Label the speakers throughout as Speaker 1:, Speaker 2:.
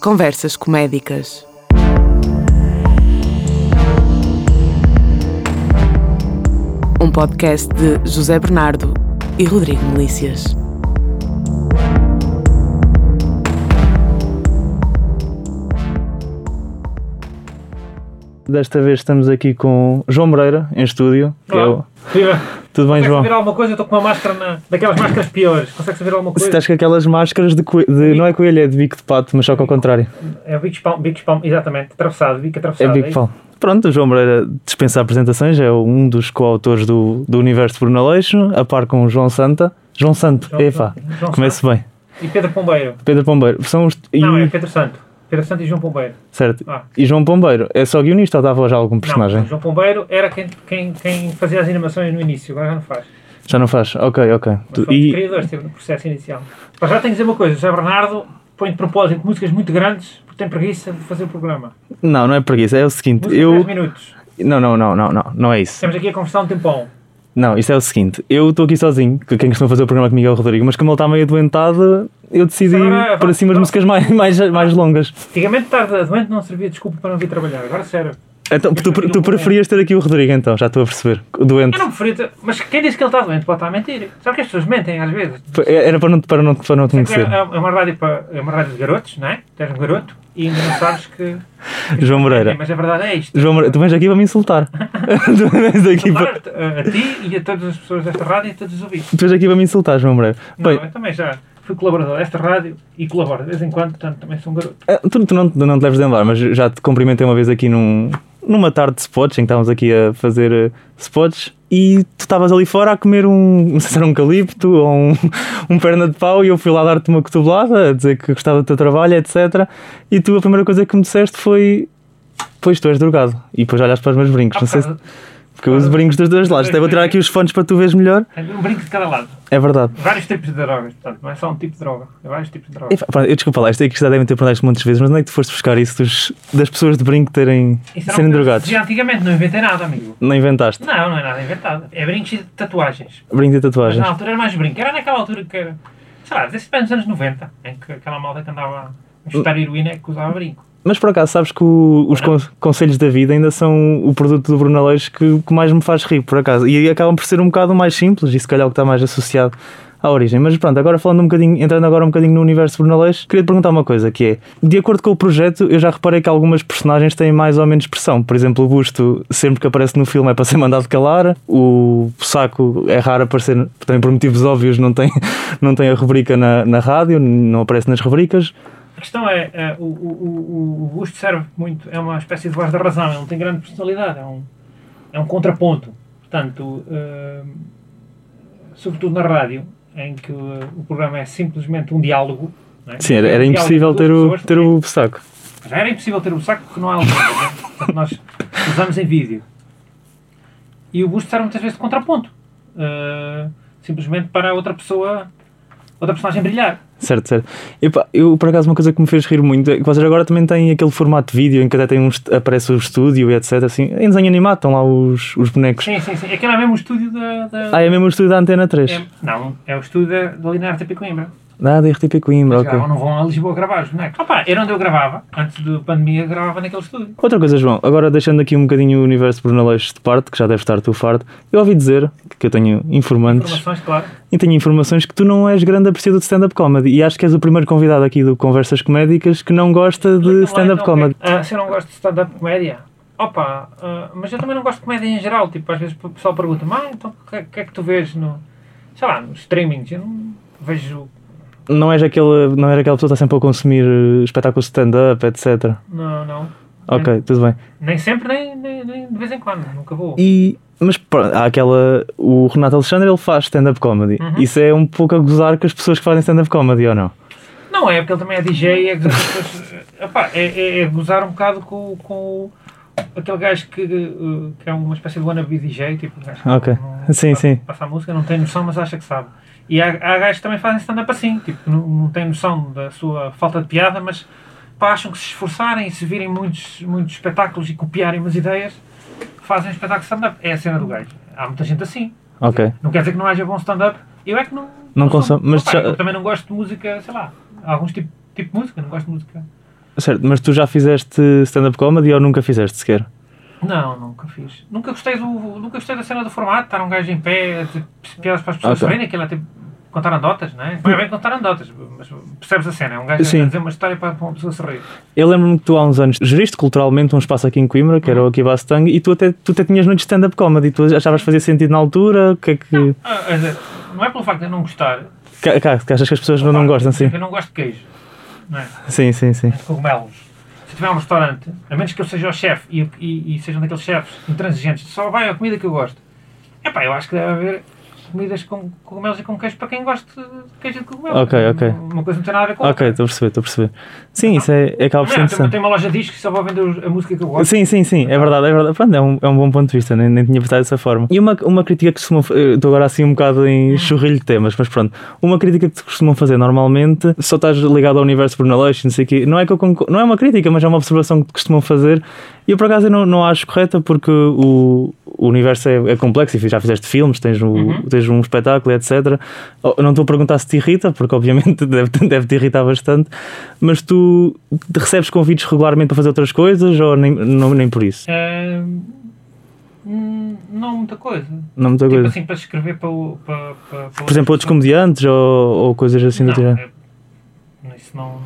Speaker 1: Conversas comédicas. Um podcast de José Bernardo e Rodrigo Melícias.
Speaker 2: Desta vez estamos aqui com João Moreira, em estúdio. que é o-
Speaker 3: Olá. é Viva.
Speaker 2: Tudo bem,
Speaker 3: Consegues
Speaker 2: João?
Speaker 3: ver alguma coisa? Eu estou com uma máscara na... daquelas máscaras piores. Consegues ver alguma
Speaker 2: Se
Speaker 3: coisa?
Speaker 2: estás com aquelas máscaras de, coe- de- Não é coelho, é de bico de pato, mas só que ao contrário.
Speaker 3: É o Big Spam, Big Spam, exatamente. Atravessado, bico
Speaker 2: É
Speaker 3: atravessado.
Speaker 2: bico de
Speaker 3: isso?
Speaker 2: pau. Pronto, o João Moreira dispensa apresentações, é um dos coautores do, do Universo de Bruno Aleixo, a par com o João Santa. João Santo,
Speaker 3: João-
Speaker 2: epá,
Speaker 3: João
Speaker 2: comece bem.
Speaker 3: E Pedro Pombeiro.
Speaker 2: Pedro Pombeiro, são os. E,
Speaker 3: Não, é Pedro Santo. Pedro Santo e João Pombeiro.
Speaker 2: certo.
Speaker 3: Ah.
Speaker 2: E João Pombeiro, é só guionista ou dá voz a algum personagem?
Speaker 3: Não, João Pombeiro era quem, quem, quem fazia as animações no início, agora já não faz.
Speaker 2: Já não faz? Ok, ok.
Speaker 3: Mas
Speaker 2: Tu-
Speaker 3: foi um
Speaker 2: e
Speaker 3: criador, esteve no processo inicial. Mas já tenho que dizer uma coisa, o José Bernardo põe de propósito músicas muito grandes porque tem preguiça de fazer o programa.
Speaker 2: não, não é preguiça, é o seguinte,
Speaker 3: Músicas de
Speaker 2: eu
Speaker 3: 10 minutos.
Speaker 2: não, não, não, não, não, não é isso.
Speaker 3: Estamos aqui a conversar um tempão.
Speaker 2: Não, isto é o seguinte, eu estou aqui sozinho, que quem costuma fazer o programa comigo é o Rodrigo, mas como ele está meio adoentado, eu decidi
Speaker 3: Não, não, não,
Speaker 2: para cima as
Speaker 3: não.
Speaker 2: músicas mais, mais, mais longas.
Speaker 3: Antigamente estar doente não servia de desculpa para não vir trabalhar, agora serve.
Speaker 2: Então, tu, tu preferias ter aqui o Rodrigo então, já estou a perceber, doente.
Speaker 3: um Eu não preferia ter... Mas quem disse que ele está doente pode estar a mentir. Sabe que as pessoas mentem às vezes.
Speaker 2: é, Era para não, para não, para não te
Speaker 3: É,
Speaker 2: conhecer.
Speaker 3: é uma rádio para, é uma rádio de garotos, não é? Tu és um garoto e ainda não sabes que...
Speaker 2: João Moreira.
Speaker 3: Sim, mas a verdade é isto.
Speaker 2: João Moreira, tu vens aqui para me insultar. tu, vens aqui para,
Speaker 3: Repara-te, A, a ti e a todas as pessoas desta rádio e a todos os ouvintes.
Speaker 2: tu vens aqui para me insultar, João Moreira.
Speaker 3: Não,
Speaker 2: Bem,
Speaker 3: eu também já fui colaborador desta rádio e colaboro de vez em quando, portanto também sou um garoto.
Speaker 2: Ah, Tu, tu não, tu não te leves de andar, mas já te cumprimentei uma vez aqui num, numa tarde de spots, em que estávamos aqui a fazer eh, spots, e tu estavas ali fora a comer um, não sei se era um calipto ou um, um perna de pau, e eu fui lá dar-te uma cotovelada, a dizer que gostava do teu trabalho, etc. E tu a primeira coisa que me disseste foi: Pois tu és drogado. E depois olhaste para os meus brincos,
Speaker 3: Ah,
Speaker 2: não sei se.
Speaker 3: por
Speaker 2: Porque eu uso brincos dos dois lados. Até vou tirar aqui os fones para tu veres melhor.
Speaker 3: causa- Um brinco de cada lado.
Speaker 2: É verdade.
Speaker 3: Vários tipos de drogas, portanto, não é só um tipo de droga. É vários tipos de droga.
Speaker 2: E, pá, pronto, Eu desculpa lá, isto é que já devem ter perguntado isto muitas vezes, mas onde é que tu foste buscar isso dos- das pessoas de brinco terem,
Speaker 3: Isso era
Speaker 2: serem
Speaker 3: um o que eu
Speaker 2: drogados?
Speaker 3: dizia Antigamente não inventei nada, amigo.
Speaker 2: Não inventaste.
Speaker 3: Não, não é nada inventado. É brincos e tatuagens.
Speaker 2: Brinco de
Speaker 3: Mas
Speaker 2: tatuagens.
Speaker 3: na altura era mais brinco. Era naquela altura que era. Sei lá, desde nos anos 90, em que aquela malta que andava a chutar
Speaker 2: Uh.
Speaker 3: heroína é que usava brinco.
Speaker 2: Mas por acaso sabes que o- os con- conselhos da vida ainda são o produto do Bruno Aleixo que, que mais me faz rir, por acaso. E acabam por ser um bocado mais simples e se calhar o que está mais associado à origem. Mas pronto, agora falando um bocadinho, entrando agora um bocadinho no universo de Bruno Aleixo, queria te perguntar uma coisa, que é, de acordo com o projeto, eu já reparei que algumas personagens têm mais ou menos expressão. Por exemplo, o busto, sempre que aparece no filme, é para ser mandado calar. O saco é raro aparecer, também por motivos óbvios, não tem, não tem a rubrica na, na rádio, não aparece nas rubricas.
Speaker 3: A questão é, é, o, o, o, o Busto serve muito, é uma espécie de voz da razão, ele não tem grande personalidade, é um, é um contraponto. Portanto, hum, sobretudo na rádio, em que uh, o programa é simplesmente um diálogo. não é?
Speaker 2: Sim, era,
Speaker 3: Um
Speaker 2: era
Speaker 3: diálogo
Speaker 2: impossível
Speaker 3: de
Speaker 2: ter
Speaker 3: duas
Speaker 2: o,
Speaker 3: pessoas,
Speaker 2: ter o saco.
Speaker 3: Já era impossível ter o saco porque não há legenda, né? Portanto, nós usamos em vídeo. E o busto serve muitas vezes de contraponto. Uh, simplesmente para outra pessoa, outra personagem brilhar.
Speaker 2: Certo, certo. Epá, eu, por acaso, uma coisa que me fez rir muito é que vocês agora também têm aquele formato de vídeo em que até tem um, est- aparece o estúdio e etc. Assim, em desenho animado estão lá os, os bonecos.
Speaker 3: Sim, sim, sim. Aquele é mesmo o estúdio da... da-
Speaker 2: Ah, é mesmo o estúdio da Antena 3.
Speaker 3: é- não, é o estúdio da, da Linear TP Coimbra.
Speaker 2: Ah, da RTP Coimbra,
Speaker 3: Eles
Speaker 2: ok.
Speaker 3: gravam, não vão a Lisboa gravar os bonecos. Opa, era onde eu gravava. Antes da pandemia gravava naquele estúdio.
Speaker 2: Outra coisa, João, agora deixando aqui um bocadinho o universo de Bruno Aleixo de parte, que já deve estar tu farto, eu ouvi dizer, que eu tenho informantes,
Speaker 3: Informações, claro.
Speaker 2: E tenho informações que tu não és grande apreciador de stand-up comedy e acho que és o primeiro convidado aqui do Conversas Comédicas que não gosta de
Speaker 3: Explica-me lá,
Speaker 2: stand-up
Speaker 3: então,
Speaker 2: comedy.
Speaker 3: o que é que- Ah, se eu não gosto de stand-up comédia? Opa, ah, mas eu também não gosto de comédia em geral. Tipo, às vezes o pessoal pergunta-me, ah, então o que, é- o que é que tu vês no. sei lá, nos streamings? Eu não vejo.
Speaker 2: Não és aquele, não era aquela pessoa que está sempre a consumir eh, espetáculos de stand-up, etc.
Speaker 3: Não, não.
Speaker 2: Ok, tudo bem.
Speaker 3: Nem sempre, nem, nem, nem de vez em quando. Nunca vou.
Speaker 2: E, mas pronto, há aquela. O Renato Alexandre ele faz stand-up comedy.
Speaker 3: Uhum.
Speaker 2: Isso é um pouco a gozar com as pessoas que fazem stand-up comedy ou não?
Speaker 3: Não é, porque ele também é DJ e é gozar com as pessoas. Epá, é, é, é gozar um bocado com, com aquele gajo que, eh, que é uma espécie de wannabe DJ, tipo, um gajo que
Speaker 2: Ok.
Speaker 3: não-
Speaker 2: Sim, sim.
Speaker 3: Passa a música, não tem noção, mas acha que sabe. E há, há gajos que também fazem stand-up assim, tipo, que não, não têm noção da sua falta de piada, mas pá, acham que se esforçarem e se virem muitos, muitos espetáculos e copiarem umas ideias, fazem um espetáculo de stand-up. É a cena do gajo. Há muita gente assim.
Speaker 2: Ok.
Speaker 3: Não quer dizer que não haja bom stand-up. Eu é que não.
Speaker 2: Não consome, mas
Speaker 3: Opa, é
Speaker 2: já-
Speaker 3: tipo que eu também não gosto de música, sei lá. Há alguns tipos tipo de música, não gosto de música.
Speaker 2: Certo, mas tu já fizeste stand-up comedy ou nunca fizeste sequer?
Speaker 3: Não, nunca fiz. Nunca gostei, do, nunca gostei da cena do formato, estar um gajo em pé, tipo, piadas para as pessoas
Speaker 2: Ok.
Speaker 3: okay. aquilo é tipo contar anedotas, não é? Não é bem contar anedotas, mas percebes a cena, é um gajo
Speaker 2: Hum. Sim.
Speaker 3: a dizer uma história para para uma pessoa se rir.
Speaker 2: Eu lembro-me que tu há uns anos geriste culturalmente um espaço aqui em Coimbra, que era o Akiba Stang, e tu até, tu até tinhas noites de stand-up comedy. Tu achavas que fazia sentido na altura? O que é que.
Speaker 3: Ah, quer dizer, não é pelo facto de eu não gostar.
Speaker 2: que- que- que achas que as pessoas não, assim. não
Speaker 3: Pá,
Speaker 2: gostam? Sim,
Speaker 3: Eu não gosto de queijo, não é?
Speaker 2: sim, sim. sim.
Speaker 3: de cogumelos. Se tiver um restaurante, a menos que eu seja o chefe e, e, e seja um daqueles chefes intransigentes, só vai a comida que eu gosto. É pá, eu acho que deve haver comidas com cogumelos e com queijo para quem gosta de queijo de cogumelos.
Speaker 2: Ok, ok.
Speaker 3: Uma coisa não tem nada a ver com a
Speaker 2: Ok, então estou
Speaker 3: outra.
Speaker 2: a perceber, estou a perceber. Sim, isso é, é acaba por ser
Speaker 3: Não, tem,
Speaker 2: interessante.
Speaker 3: tem uma loja de discos que só vai vender os- a música que eu gosto.
Speaker 2: Sim, sim, sim, é verdade, é verdade. Pronto, é um, é um bom ponto de vista, nem, nem tinha pensado dessa forma. E uma, uma crítica que costumam. fa- eu Estou agora assim um bocado em
Speaker 3: Hum.
Speaker 2: churrilho de temas, mas pronto. Uma crítica que te costumam fazer normalmente, só estás ligado ao universo Bruno Leixo, não sei o quê. Não é, que eu concor- não é uma crítica, mas é uma observação que te costumam fazer. E eu por acaso eu não, não acho correta, porque o, o universo é, é complexo e já fizeste filmes, tens, o-
Speaker 3: Uhum.
Speaker 2: tens um espetáculo, etc. Oh, Não estou a perguntar se te irrita, porque obviamente deve, deve te irritar bastante, mas tu te recebes convites regularmente para fazer outras coisas ou nem, não, nem por isso?
Speaker 3: Eh, hum, não muita coisa.
Speaker 2: Não muita
Speaker 3: Tipo
Speaker 2: coisa.
Speaker 3: assim, para escrever para, o- para, para, para
Speaker 2: Por exemplo, outros comediantes ou, ou coisas assim do
Speaker 3: não,
Speaker 2: género.
Speaker 3: é- isso não, não, não,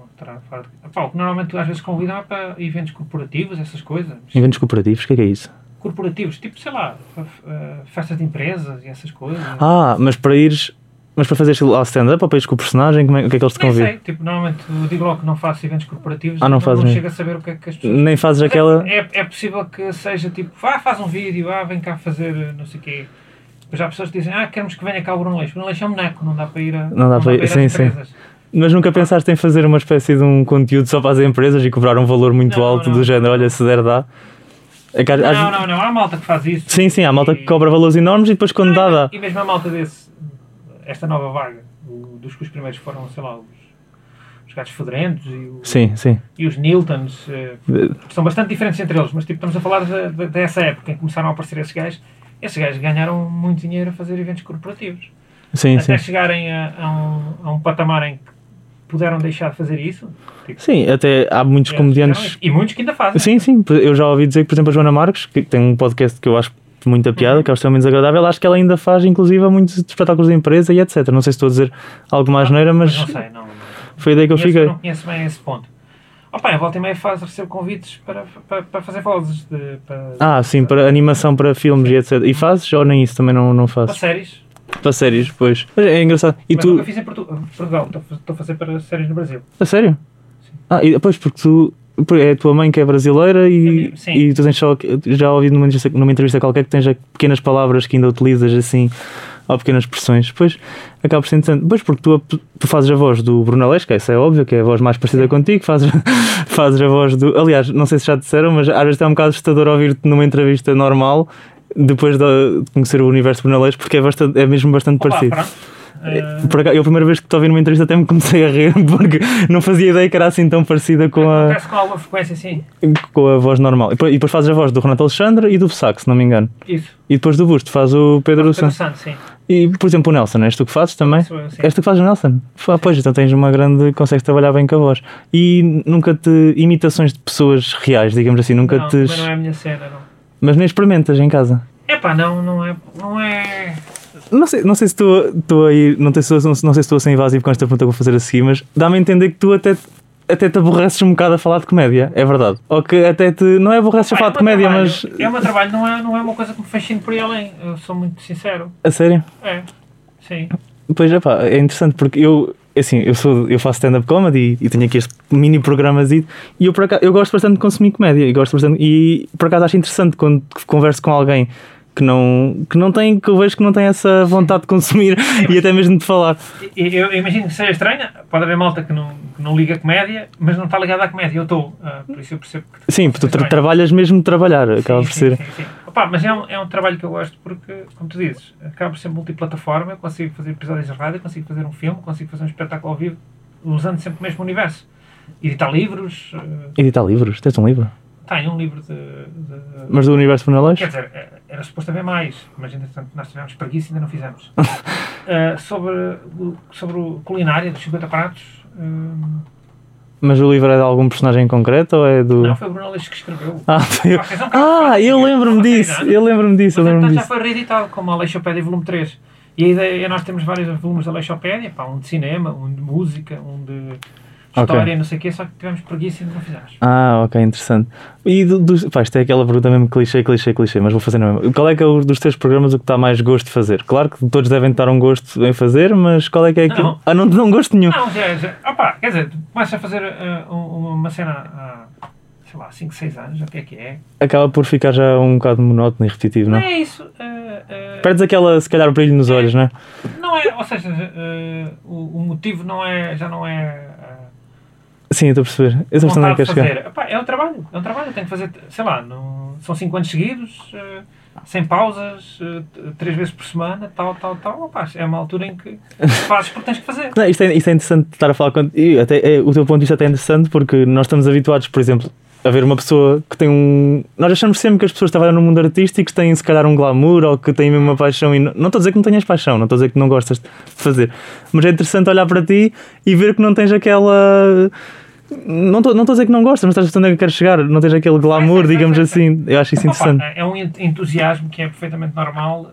Speaker 3: não terá fora de... Pá, o que normalmente às vezes convidam é para eventos corporativos, essas coisas.
Speaker 2: Eventos cooperativos, o que é que é isso?
Speaker 3: Corporativos, tipo, sei lá, f- eh, festas de empresas e essas coisas.
Speaker 2: Ah, mas para ires. Mas para fazer lá stand-up ou para ires com o personagem, como é, o que é que eles te
Speaker 3: Nem
Speaker 2: convidam?
Speaker 3: sei, tipo, normalmente eu digo logo que não faço eventos corporativos
Speaker 2: Ah, não
Speaker 3: então
Speaker 2: fazes
Speaker 3: não
Speaker 2: mesmo.
Speaker 3: chego a saber o que é que as pessoas...
Speaker 2: Nem fazes
Speaker 3: Mas é-
Speaker 2: aquela.
Speaker 3: É, é possível que seja tipo, ah, faz um vídeo, ah, vem cá fazer eh, não sei o quê. Mas há pessoas que dizem, ah, queremos que venha cá o Bruno Leixo. O Bruno Leixo é um boneco, não dá para ir a,
Speaker 2: Não dá para ir-
Speaker 3: às
Speaker 2: sim, sim.
Speaker 3: empresas.
Speaker 2: Mas nunca pensaste em fazer uma espécie de um conteúdo só para as empresas e cobrar um valor muito
Speaker 3: Não,
Speaker 2: alto
Speaker 3: não.
Speaker 2: do género, olha, se der dá. É que às- às-
Speaker 3: Não, não, não, há malta que faz isso.
Speaker 2: Sim, sim, há malta que
Speaker 3: E-
Speaker 2: cobra valores enormes e depois quando dá, dá.
Speaker 3: E mesmo a malta desse, esta nova vaga, o- dos que os primeiros foram, sei lá, os, os gatos fedorentos e, o-
Speaker 2: Sim, sim.
Speaker 3: e os Niltons, eh, são bastante diferentes entre eles, mas tipo, estamos a falar de- de- dessa época em que começaram a aparecer esses gajos. Esses gajos ganharam muito dinheiro a fazer eventos corporativos.
Speaker 2: Sim, sim.
Speaker 3: Até chegarem a, a um, a um patamar em que puderam deixar de fazer isso. Tipo,
Speaker 2: Sim, até há muitos
Speaker 3: eles
Speaker 2: comediantes.
Speaker 3: fizeram isso. E muitos que ainda fazem.
Speaker 2: Sim, sim. Eu já ouvi dizer que, por exemplo, a Joana Marques, que tem um podcast que eu acho de muita
Speaker 3: Uhum.
Speaker 2: piada, que é extremamente desagradável, acho que ela ainda faz, inclusive, muitos espetáculos da empresa e etc. Não sei se estou a dizer alguma asneira, mas
Speaker 3: Mas não sei, não. não.
Speaker 2: foi daí que eu
Speaker 3: Conheço-
Speaker 2: fiquei.
Speaker 3: Não conheço bem esse ponto. Opa, eu volta e meia faz, recebo convites para, para, para fazer vozes, de, para,
Speaker 2: Ah, sim, para animação para filmes e etc. E fazes ou nem isso também não, não
Speaker 3: para
Speaker 2: faço?
Speaker 3: séries.
Speaker 2: Para séries, pois. Mas é engraçado. E
Speaker 3: mas
Speaker 2: tu.
Speaker 3: nunca fiz em Portu- Portugal, estou a fa- estou a fazer para séries no Brasil.
Speaker 2: A sério? Ah, e depois porque tu. É a tua mãe que é brasileira e,
Speaker 3: minha- sim.
Speaker 2: e tu tens só. Já ouvi numa entrevista, numa entrevista qualquer que tens já pequenas palavras que ainda utilizas assim, ou pequenas expressões. Pois acaba por ser interessante. Pois porque tu, tu fazes a voz do Bruno Lesca, isso é óbvio, que é a voz mais parecida contigo, fazes, fazes a voz do. Aliás, não sei se já disseram, mas às vezes é um bocado assustador ouvir-te numa entrevista normal. Depois de conhecer o universo Brunalês, porque é, bastante, é mesmo bastante
Speaker 3: Opa,
Speaker 2: parecido. É,
Speaker 3: pronto. Eh,
Speaker 2: Por acaso, eu a primeira vez que te ouvi numa entrevista até me comecei a rir porque não fazia ideia que era assim tão parecida com a,
Speaker 3: Acontece com alguma frequência, sim.
Speaker 2: com a voz normal. E depois, e depois fazes a voz do Renato Alexandre e do Bussac, se não me engano.
Speaker 3: Isso.
Speaker 2: E depois do Busto faz o Pedro
Speaker 3: Ah, Pedro
Speaker 2: Santos.
Speaker 3: Santos, sim.
Speaker 2: E por exemplo o Nelson, és tu que fazes também?
Speaker 3: Sou eu, sim.
Speaker 2: És tu que fazes o Nelson? Ah, pois, então tens uma grande. consegues trabalhar bem com a voz. E nunca te. imitações de pessoas reais, digamos assim, nunca
Speaker 3: Não,
Speaker 2: te.
Speaker 3: também não é a minha cena, não.
Speaker 2: Mas nem experimentas em casa.
Speaker 3: Epá, não, não é. Não é.
Speaker 2: Não sei, não sei se estou estou aí, não, sei se estou- não sei se estou a ser invasivo com esta pergunta que vou fazer a seguir, mas dá-me a entender que tu até, até te aborreces um bocado a falar de comédia, é verdade. Ou que até te. Não é aborreces a
Speaker 3: Pá,
Speaker 2: falar
Speaker 3: é
Speaker 2: de
Speaker 3: o
Speaker 2: comédia,
Speaker 3: meu
Speaker 2: mas.
Speaker 3: trabalho. É o meu trabalho, não é, não é uma coisa que me fascine por aí além. Eu sou muito sincero.
Speaker 2: A sério?
Speaker 3: É. Sim.
Speaker 2: Pois é, pá, é interessante porque eu. Assim, eu, sou, eu faço stand-up comedy e, e tenho aqui este mini programazito e eu, por acaso, eu gosto bastante de consumir comédia e, gosto bastante, e por acaso acho interessante quando converso com alguém que não, que não tem, que eu vejo que não tem essa vontade de consumir e até mesmo de falar.
Speaker 3: E- e- Eu imagino que seja estranha, pode haver malta que não, que não liga a comédia, mas não está ligada à comédia. Eu estou, ah, por isso eu percebo que.
Speaker 2: Sim, porque tu tra-
Speaker 3: Sim.
Speaker 2: trabalhas mesmo de trabalhar, acaba
Speaker 3: Sim,
Speaker 2: por
Speaker 3: sim,
Speaker 2: ser.
Speaker 3: sim, sim. Opa, mas é um, é um trabalho que eu gosto porque, como tu dizes, acaba por ser multiplataforma. Eu consigo fazer episódios de rádio, consigo fazer um filme, consigo fazer um espetáculo ao vivo, usando sempre o mesmo universo. Editar livros, ah,
Speaker 2: Editar livros? Tens um livro?
Speaker 3: tem um livro de. de-
Speaker 2: Mas do Universo Funalões?
Speaker 3: Quer dizer, eh, era suposto haver mais, mas entretanto nós tivemos preguiça e ainda não fizemos. Ah, Eh, sobre, o- sobre o culinária dos 50 pratos, hum,
Speaker 2: Mas o livro é de algum personagem em concreto ou é do.
Speaker 3: Não, Ah, foi o Bruno Leix que escreveu.
Speaker 2: Ah, foi eu.
Speaker 3: Vocês não
Speaker 2: Ah,
Speaker 3: conhecem.
Speaker 2: eu lembro-me
Speaker 3: Vocês
Speaker 2: disso,
Speaker 3: não.
Speaker 2: eu lembro-me disso, eu
Speaker 3: Mas,
Speaker 2: lembro-me
Speaker 3: entretanto, então já
Speaker 2: disso.
Speaker 3: foi reeditado como a Leixopédia volume 3. E a ideia é nós temos vários volumes da Leixopédia, pá, um de cinema, um de música, um de história,
Speaker 2: Ok.
Speaker 3: não sei o quê, só que tivemos preguiça e não fizemos.
Speaker 2: Ah, ok, interessante. E do, dos- pá, isto é aquela pergunta mesmo clichê, clichê, clichê, mas vou fazer na mesma. Qual é que é o dos teus programas o que está mais gosto de fazer? Claro que todos devem estar um gosto em fazer, mas qual é que é aquilo?
Speaker 3: Não.
Speaker 2: Ah, não te dão gosto nenhum.
Speaker 3: Não, já, já. Opa, quer dizer, tu começas a fazer ah, um- uma cena há, sei lá, 5, 6 anos, o que é que é?
Speaker 2: Acaba por ficar já um bocado monótono e repetitivo,
Speaker 3: Não,
Speaker 2: não?
Speaker 3: é isso. ah, ah,
Speaker 2: Perdes aquela, se calhar, brilho nos olhos, não é?
Speaker 3: não é, ou seja, ah, o, o motivo não é, já não é. ah,
Speaker 2: Sim, eu estou a perceber. Eu sei onde é
Speaker 3: vontade
Speaker 2: que
Speaker 3: de
Speaker 2: queres chegar.
Speaker 3: fazer. Epá, é um trabalho, é um trabalho, tenho que fazer, sei lá, não- são 5 anos seguidos, eh, sem pausas, 3 vezes por semana, tal, tal, tal. Epá, é uma altura em que fazes porque tens que fazer.
Speaker 2: Não, isto, é, isto é interessante de estar a falar contigo. E até, é, o teu ponto de vista até é interessante porque nós estamos habituados, por exemplo, a ver uma pessoa que tem um. Nós achamos sempre que as pessoas que trabalham no mundo artístico têm se calhar um glamour ou que têm mesmo uma paixão. E não, não estou a dizer que não tenhas paixão, não estou a dizer que não gostas de fazer, mas é interessante olhar para ti e ver que não tens aquela. Não estou não estou a dizer que não gostas, mas estás a perceber onde é que eu quero chegar. Não tens aquele glamour,
Speaker 3: sim, sim,
Speaker 2: digamos
Speaker 3: sim,
Speaker 2: assim. Eu acho isso
Speaker 3: Epá,
Speaker 2: interessante.
Speaker 3: é um ent- entusiasmo que é perfeitamente normal.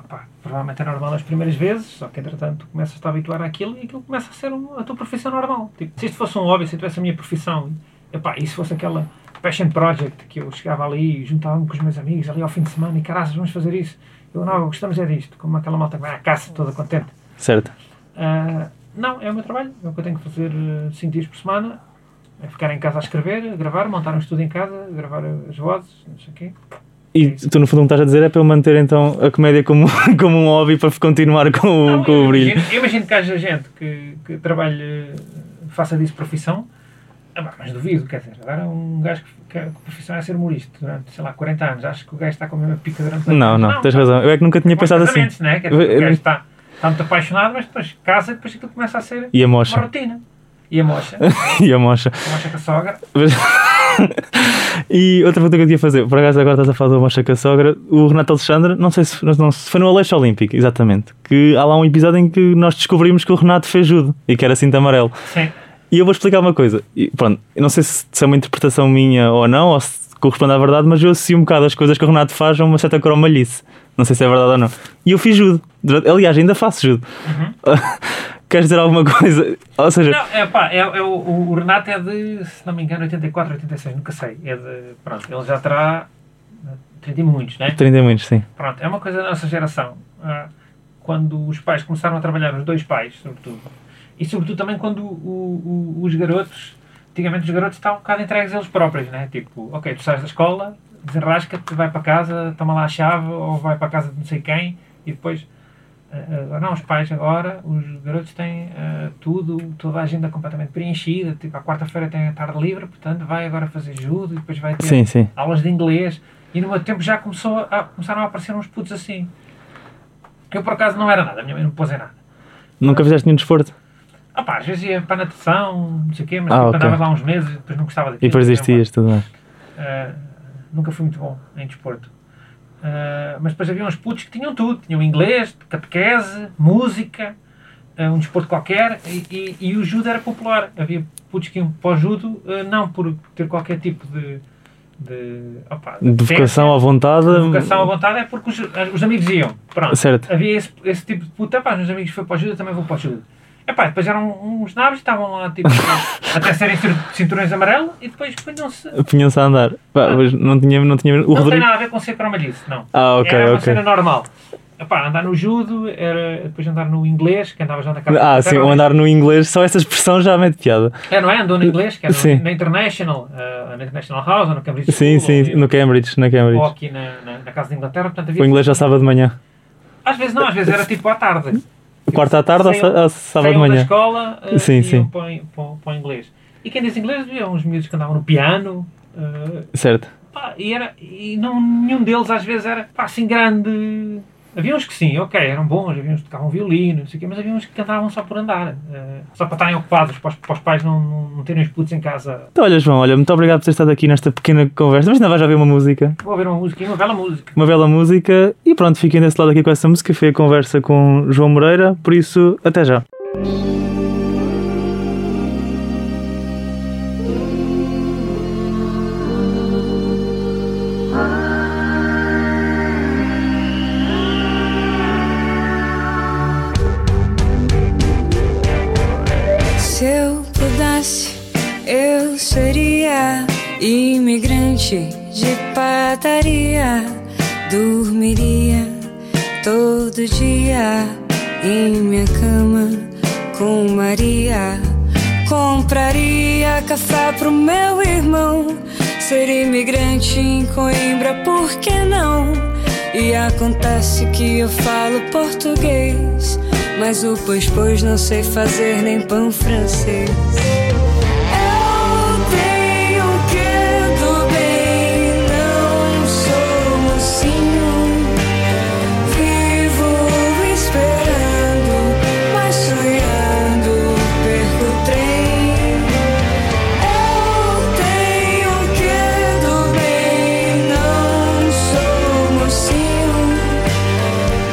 Speaker 3: eh, epá, provavelmente é normal as primeiras vezes, só que entretanto começas a te habituar àquilo e aquilo começa a ser um- a tua profissão normal. Tipo, se isto fosse um hobby, se eu tivesse a minha profissão, epá, e se fosse aquela passion project que eu chegava ali e juntava-me com os meus amigos ali ao fim de semana e caraças, vamos fazer isso. Eu não, gostamos é disto, como aquela malta que vai à caça toda contente.
Speaker 2: Certo.
Speaker 3: Ah, não, é o meu trabalho, é o que eu tenho que fazer 5 dias por semana. É ficar em casa a escrever, a gravar, montar um estúdio em casa, gravar as vozes, não sei o quê.
Speaker 2: E tu, no fundo, o que estás a dizer é para eu manter então a comédia como, como um hobby para continuar com,
Speaker 3: Não,
Speaker 2: com
Speaker 3: eu
Speaker 2: o brilho.
Speaker 3: Imagino, eu imagino que haja gente que, que trabalhe, faça disso profissão, Ah, pá, mas duvido, quer dizer, agora um gajo que, que, que a profissão é ser humorista durante, sei lá, 40 anos, acho que o gajo está com a mesma pica durante 40
Speaker 2: Não,
Speaker 3: anos.
Speaker 2: não, tens razão. Eu é que nunca tinha
Speaker 3: Como os
Speaker 2: pensado assim.
Speaker 3: casamentos, Né? Quer dizer,
Speaker 2: Eu- eu-
Speaker 3: o gajo está, está muito apaixonado, mas depois casa e depois aquilo começa a ser
Speaker 2: E a
Speaker 3: uma
Speaker 2: mocha.
Speaker 3: rotina. E a mocha,
Speaker 2: e a mocha.
Speaker 3: a mocha com a sogra,
Speaker 2: Mas- e outra pergunta que eu tinha a fazer. Por acaso agora estás a falar da mocha com a sogra. O Renato Alexandre, não sei se, não, se foi no Aleixo Olímpico, exatamente. Que há lá um episódio em que nós descobrimos que o Renato fez judo e que era cinto amarelo.
Speaker 3: sim.
Speaker 2: E eu vou explicar uma coisa. E, pronto, eu não sei se, se é uma interpretação minha ou não, ou se corresponde à verdade, mas eu associo um bocado as coisas que o Renato faz a uma certa cromalhice. Não sei se é verdade ou não. E eu fiz judo. Durante- Aliás, ainda faço judo. Queres dizer alguma coisa? Ou seja,
Speaker 3: Não, é pá, é, é o, o Renato é de, se não me engano, 84, 86, nunca sei. É de, pronto, ele já terá eh, 30 e muitos, né?
Speaker 2: 30 um minutos, sim.
Speaker 3: Pronto, é uma coisa da nossa geração. ah, quando os pais começaram a trabalhar, os dois pais, sobretudo. E sobretudo também quando o- o- o- os garotos, antigamente os garotos estavam um bocado entregues a eles próprios, né? Tipo, ok, tu sais da escola, desenrasca-te, vai para casa, toma lá a chave, ou vai para a casa de não sei quem, e depois. ah, ah, não, os pais agora, os garotos têm ah, tudo, toda a agenda completamente preenchida. Tipo, à quarta-feira tem a tarde livre, portanto, vai agora fazer judo e depois vai ter
Speaker 2: Sim, sim.
Speaker 3: aulas de inglês e no meu tempo já começou a, começaram a aparecer uns putos assim. Eu por acaso não era nada, a minha mãe não me pôs em nada.
Speaker 2: Nunca fizeste nenhum desporto?
Speaker 3: Ah pá, às vezes ia para a natação, não sei o quê, mas
Speaker 2: Ah,
Speaker 3: tipo,
Speaker 2: ok.
Speaker 3: andava lá uns meses e depois não gostava
Speaker 2: E
Speaker 3: daquilo.
Speaker 2: depois desistias, tudo bem.
Speaker 3: Ah, nunca fui muito bom em desporto. Ah, mas depois havia uns putos que tinham tudo, tinham inglês, catequese, música, ah, um desporto qualquer, e, e- e o judo era popular. Havia putos que iam para o judo, ah, não por ter qualquer tipo de... De, opá, de
Speaker 2: De
Speaker 3: técnica,
Speaker 2: vocação à vontade.
Speaker 3: a vocação à vontade é porque os, os amigos iam. Pronto.
Speaker 2: Hum. Certo.
Speaker 3: Havia esse, esse tipo de puta, pá, os meus amigos foram para o Judo, eu também vou para o Judo. Epá, depois eram uns nabos, estavam lá tipo, até serem cintur- cinturões amarelo e depois punham-se.
Speaker 2: Punham-se a andar. Pá, mas não tinha, não tinha. O
Speaker 3: Ah. Não tem
Speaker 2: Rodrigo.
Speaker 3: nada a ver com ser cromalhice, não.
Speaker 2: Ah, ok,
Speaker 3: era uma
Speaker 2: ok.
Speaker 3: cena normal. Epá, andar no Judo, era depois andar no inglês, que andavas lá na casa.
Speaker 2: Ah, sim, o andar no inglês, só essa expressão já mete piada.
Speaker 3: É, não é? Andou no inglês, que era
Speaker 2: Sim.
Speaker 3: no, na International, eh, na International House, ou no Cambridge
Speaker 2: Sim,
Speaker 3: School,
Speaker 2: sim,
Speaker 3: ou,
Speaker 2: no Cambridge, na
Speaker 3: ou
Speaker 2: Cambridge.
Speaker 3: aqui na, na, na Casa da Inglaterra, portanto
Speaker 2: O
Speaker 3: havia.
Speaker 2: inglês já sábado de manhã.
Speaker 3: Às vezes não, às vezes era tipo à tarde.
Speaker 2: Quarta à tarde ou
Speaker 3: Saiam-
Speaker 2: sá- ou sábado de
Speaker 3: Saiam da
Speaker 2: manhã?
Speaker 3: escola eh,
Speaker 2: Sim,
Speaker 3: e iam
Speaker 2: sim.
Speaker 3: Para, o- para o- para o inglês. E quem diz inglês via uns miúdos que andavam no piano. eh,
Speaker 2: Certo.
Speaker 3: pá, e era, e não, nenhum deles às vezes era pá, assim grande. Havia uns que sim, ok, eram bons, havia uns que tocavam violino, não sei o quê, mas havia uns que cantavam só por andar, eh, só para estarem ocupados, para os, para os pais não, não, não terem os putos em casa.
Speaker 2: Então, olha, João, olha, muito obrigado por ter estado aqui nesta pequena conversa. Mas ainda vais já ver uma música,
Speaker 3: Vou ouvir uma música, e uma bela música.
Speaker 2: uma bela música. E pronto, fiquem desse lado aqui com essa música. Foi a conversa com João Moreira. Por isso, até já.
Speaker 4: seria imigrante de padaria, dormiria todo dia em minha cama com Maria. Compraria café pro meu irmão. Ser imigrante em Coimbra, por que não? E acontece que eu falo português, mas o pois pois não sei fazer nem pão francês. Eu tenho que do bem, não sou mocinho. Vivo esperando, mas sonhando, perco o trem. Eu tenho que do bem, não sou mocinho.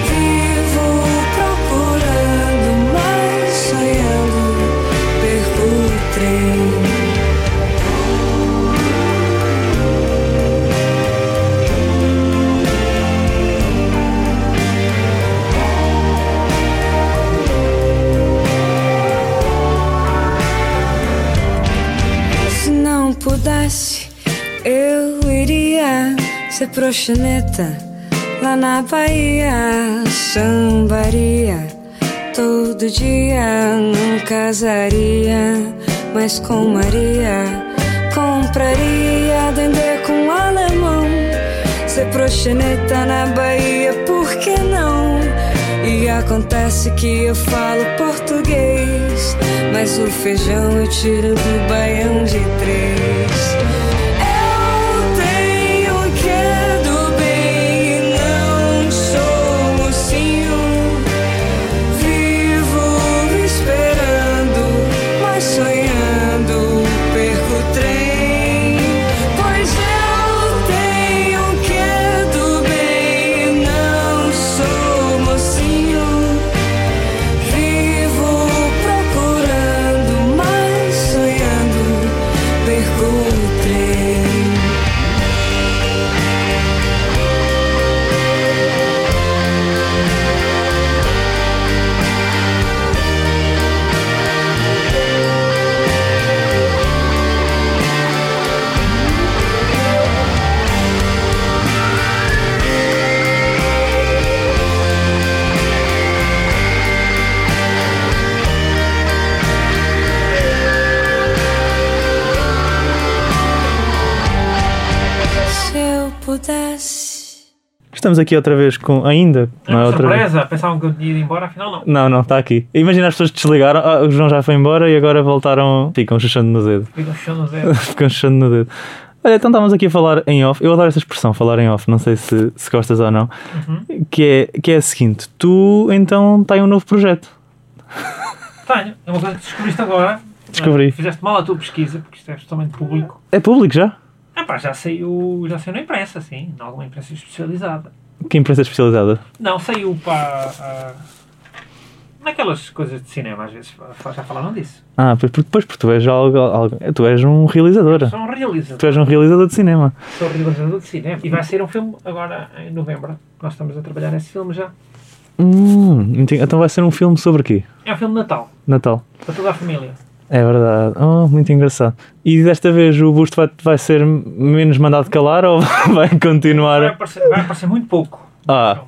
Speaker 4: Vivo procurando, mas sonhando, perco o trem. Se não pudesse, eu iria ser proxeneta lá na Bahia. Sambaria todo dia, não casaria, mas com Maria. Compraria dendê com alemão. Ser proxeneta tá na Bahia, por que não? E acontece que eu falo português, mas o feijão eu tiro do baião de três. Eu tenho que é do bem, não sou mocinho. Vivo esperando, mas sonhando perco o trem. Pois eu tenho que é do bem, não sou mocinho. Vivo procurando, mas sonhando perco o trem. Se eu pudesse.
Speaker 2: Estamos aqui outra vez com. Ainda?
Speaker 3: É uma
Speaker 2: é outra vez.
Speaker 3: surpresa, pensavam que eu tinha ido embora, afinal não.
Speaker 2: Não, não, está aqui. Imagina as pessoas desligaram, ah, o João já foi embora e agora voltaram. Ficam chuchando no dedo.
Speaker 3: Fui no chão no zero.
Speaker 2: Ficam chuchando no dedo. Olha, então estávamos aqui a falar em off. Eu adoro essa expressão, falar em off, não sei se, se gostas ou não.
Speaker 3: Uhum.
Speaker 2: Que, é, que é a seguinte: tu então tens um novo projeto.
Speaker 3: Tenho, é uma coisa que descobriste agora.
Speaker 2: Descobri.
Speaker 3: Ah, Fizeste mal a tua pesquisa, porque isto é totalmente público.
Speaker 2: É público já?
Speaker 3: Ah pá, já saiu, já saiu na imprensa, sim, em alguma imprensa especializada.
Speaker 2: Que imprensa especializada?
Speaker 3: Não, saiu para... ah, naquelas coisas de cinema, às vezes, fa- já falaram disso.
Speaker 2: Ah, pois, porque- pois porque tu és algo, algo- é, Tu és um realizador.
Speaker 3: Sou um realizador.
Speaker 2: Tu és um realizador de cinema.
Speaker 3: Sou um realizador de cinema. E vai sair um filme agora em novembro. Nós estamos a trabalhar esse filme já.
Speaker 2: Hum, entendi. então vai ser um filme sobre o quê?
Speaker 3: É um filme de Natal,
Speaker 2: Natal.
Speaker 3: para toda a família.
Speaker 2: É verdade. Oh, muito engraçado. E desta vez o busto vai, vai ser menos mandado calar ou vai
Speaker 3: Vai
Speaker 2: continuar?
Speaker 3: aparecer, vai aparecer muito pouco.
Speaker 2: Ah,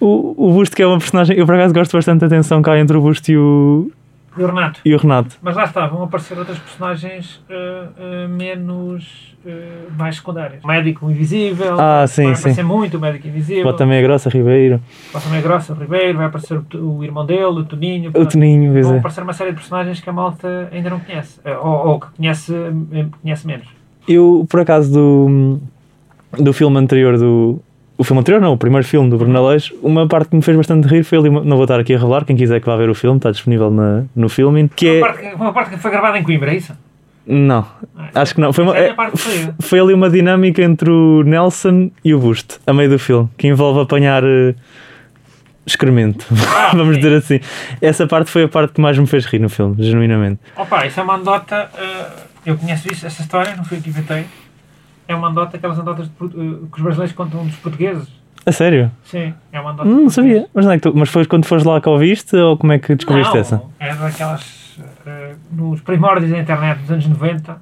Speaker 2: o, o busto que é uma personagem. Eu por acaso gosto bastante da tensão cá entre o busto e o,
Speaker 3: E o Renato.
Speaker 2: e o Renato.
Speaker 3: Mas lá está, vão aparecer outras personagens ah, ah, menos. ah, mais secundárias. Médico Invisível.
Speaker 2: Ah, sim,
Speaker 3: vai
Speaker 2: sim.
Speaker 3: aparecer muito o Médico Invisível.
Speaker 2: Bota meia é grossa, Ribeiro.
Speaker 3: Passa meia grossa, o Ribeiro, vai aparecer o, o irmão dele, o Toninho.
Speaker 2: O
Speaker 3: portanto,
Speaker 2: Toninho, pois
Speaker 3: Vão
Speaker 2: é.
Speaker 3: aparecer uma série de personagens que a malta ainda não conhece. eh, Ou, ou que conhece, eh, conhece menos.
Speaker 2: Eu, por acaso, do, do filme anterior do. O filme anterior, não, o primeiro filme do Brunalejo, uma parte que me fez bastante rir foi ali. uma- Não vou estar aqui a revelar, quem quiser que vá ver o filme, está disponível na, no filming. Que
Speaker 3: Uma
Speaker 2: é.
Speaker 3: parte, que- uma parte que foi gravada em Coimbra, é isso?
Speaker 2: Não, acho que não. Foi, uma-
Speaker 3: Essa é a
Speaker 2: é-
Speaker 3: parte feia.
Speaker 2: foi ali uma dinâmica entre o Nelson e o Busto, a meio do filme, que envolve apanhar eh, excremento,
Speaker 3: Ah,
Speaker 2: vamos dizer assim. Essa parte foi a parte que mais me fez rir no filme, genuinamente.
Speaker 3: Opa, isso é uma anedota. eh, eu conheço isso, essa história, não fui eu que inventei. É uma anedota, aquelas anedotas de port- eh, que os brasileiros contam dos portugueses.
Speaker 2: A sério?
Speaker 3: Sim, é uma anedota.
Speaker 2: Hum, Não
Speaker 3: de portugueses.
Speaker 2: sabia. Mas, onde é que tu- mas foi quando foste lá que a ouviste ou como é que descobriste
Speaker 3: não,
Speaker 2: essa?
Speaker 3: É daquelas. eh, eh, nos primórdios da internet, nos anos 90, o que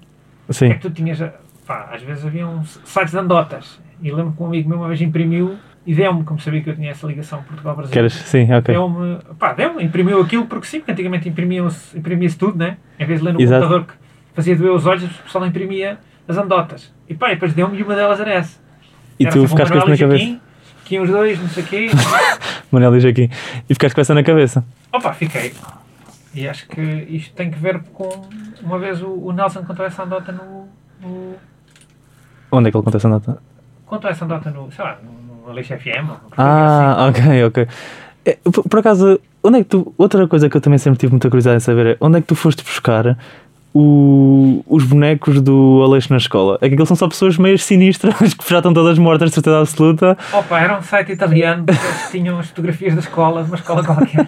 Speaker 3: é
Speaker 2: Sim.
Speaker 3: que tu tinhas? eh, Pá, às vezes haviam s- sites de anedotas. E lembro que um amigo meu uma vez imprimiu e deu-me, como sabia que eu tinha essa ligação Portugal-Brasil.
Speaker 2: Queres? Sim, ok.
Speaker 3: Deu-me, pá, deu-me, imprimiu aquilo porque sim, porque antigamente imprimiam-se- imprimia-se tudo, né? Em vez de ler no
Speaker 2: Exato.
Speaker 3: computador que fazia doer os olhos, o pessoal imprimia as anedotas. E pá, e depois deu-me e uma delas era essa.
Speaker 2: E
Speaker 3: Era
Speaker 2: tu
Speaker 3: sobre o
Speaker 2: ficaste com isso
Speaker 3: Manuel
Speaker 2: na
Speaker 3: e
Speaker 2: cabeça.
Speaker 3: Joaquim, Que iam os dois, não sei o quê.
Speaker 2: Manel diz aqui. E ficaste com essa na cabeça.
Speaker 3: Opa, fiquei. E acho que isto tem que ver com. Uma vez o, o Nelson contou essa anedota no. no
Speaker 2: Onde é que ele conta essa nota?
Speaker 3: contou é essa anedota no. sei lá, no, no Aleixo FM. ou qualquer coisa
Speaker 2: Ah, ok, ok. É, Por, por acaso, onde é que tu. Outra coisa que eu também sempre tive muita curiosidade em saber é onde é que tu foste buscar o- os bonecos do Aleixo na escola? É que aqueles são só pessoas meio sinistras que já estão todas mortas de certeza absoluta.
Speaker 3: Opa, era um site italiano, porque eles tinham as fotografias da escola, de uma escola qualquer.